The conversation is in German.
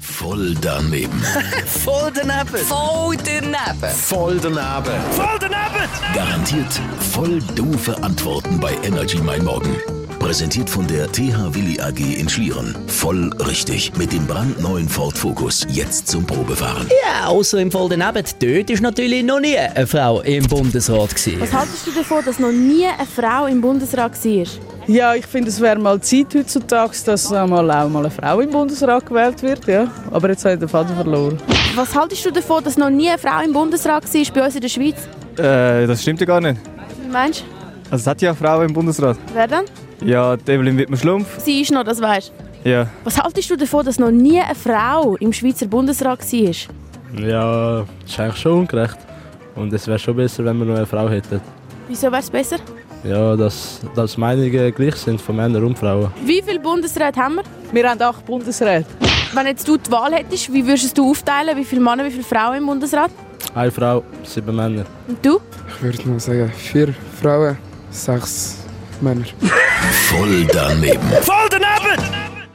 Voll daneben. Voll daneben. Voll daneben. Voll daneben. Voll daneben. Garantiert voll doofe Antworten bei Energy Mein Morgen. Präsentiert von der TH Willi AG in Schlieren. Voll richtig. Mit dem brandneuen Ford Focus. Jetzt zum Probefahren. Ja, außer im Voll daneben. Dort ist natürlich noch nie eine Frau im Bundesrat gewesen. Was haltest du davon, dass noch nie eine Frau im Bundesrat war? Ja, ich finde, es wäre mal Zeit heutzutage, dass einmal auch mal eine Frau im Bundesrat gewählt wird. Ja. Aber jetzt habe ich den Vater verloren. Was haltest du davon, dass noch nie eine Frau im Bundesrat war bei uns in der Schweiz? Äh, das stimmt ja gar nicht. Wie meinst Also es hat ja eine Frau im Bundesrat. du? Wer denn? Ja, die Evelyn Wittmer-Schlumpf. Sie ist noch, das weißt du. Ja. Was haltest du davon, dass noch nie eine Frau im Schweizer Bundesrat war? Ja, ist eigentlich schon ungerecht. Und es wäre schon besser, wenn wir noch eine Frau hätten. Wieso wäre es besser? Ja, dass, dass Meinungen gleich sind von Männern und Frauen. Wie viele Bundesräte haben wir? Wir haben acht Bundesräte. Wenn jetzt du die Wahl hättest, wie würdest du aufteilen, wie viele Männer, wie viele Frauen im Bundesrat? Eine Frau, sieben Männer. Und du? Ich würde mal sagen, vier Frauen, sechs Männer. Voll daneben. Voll daneben.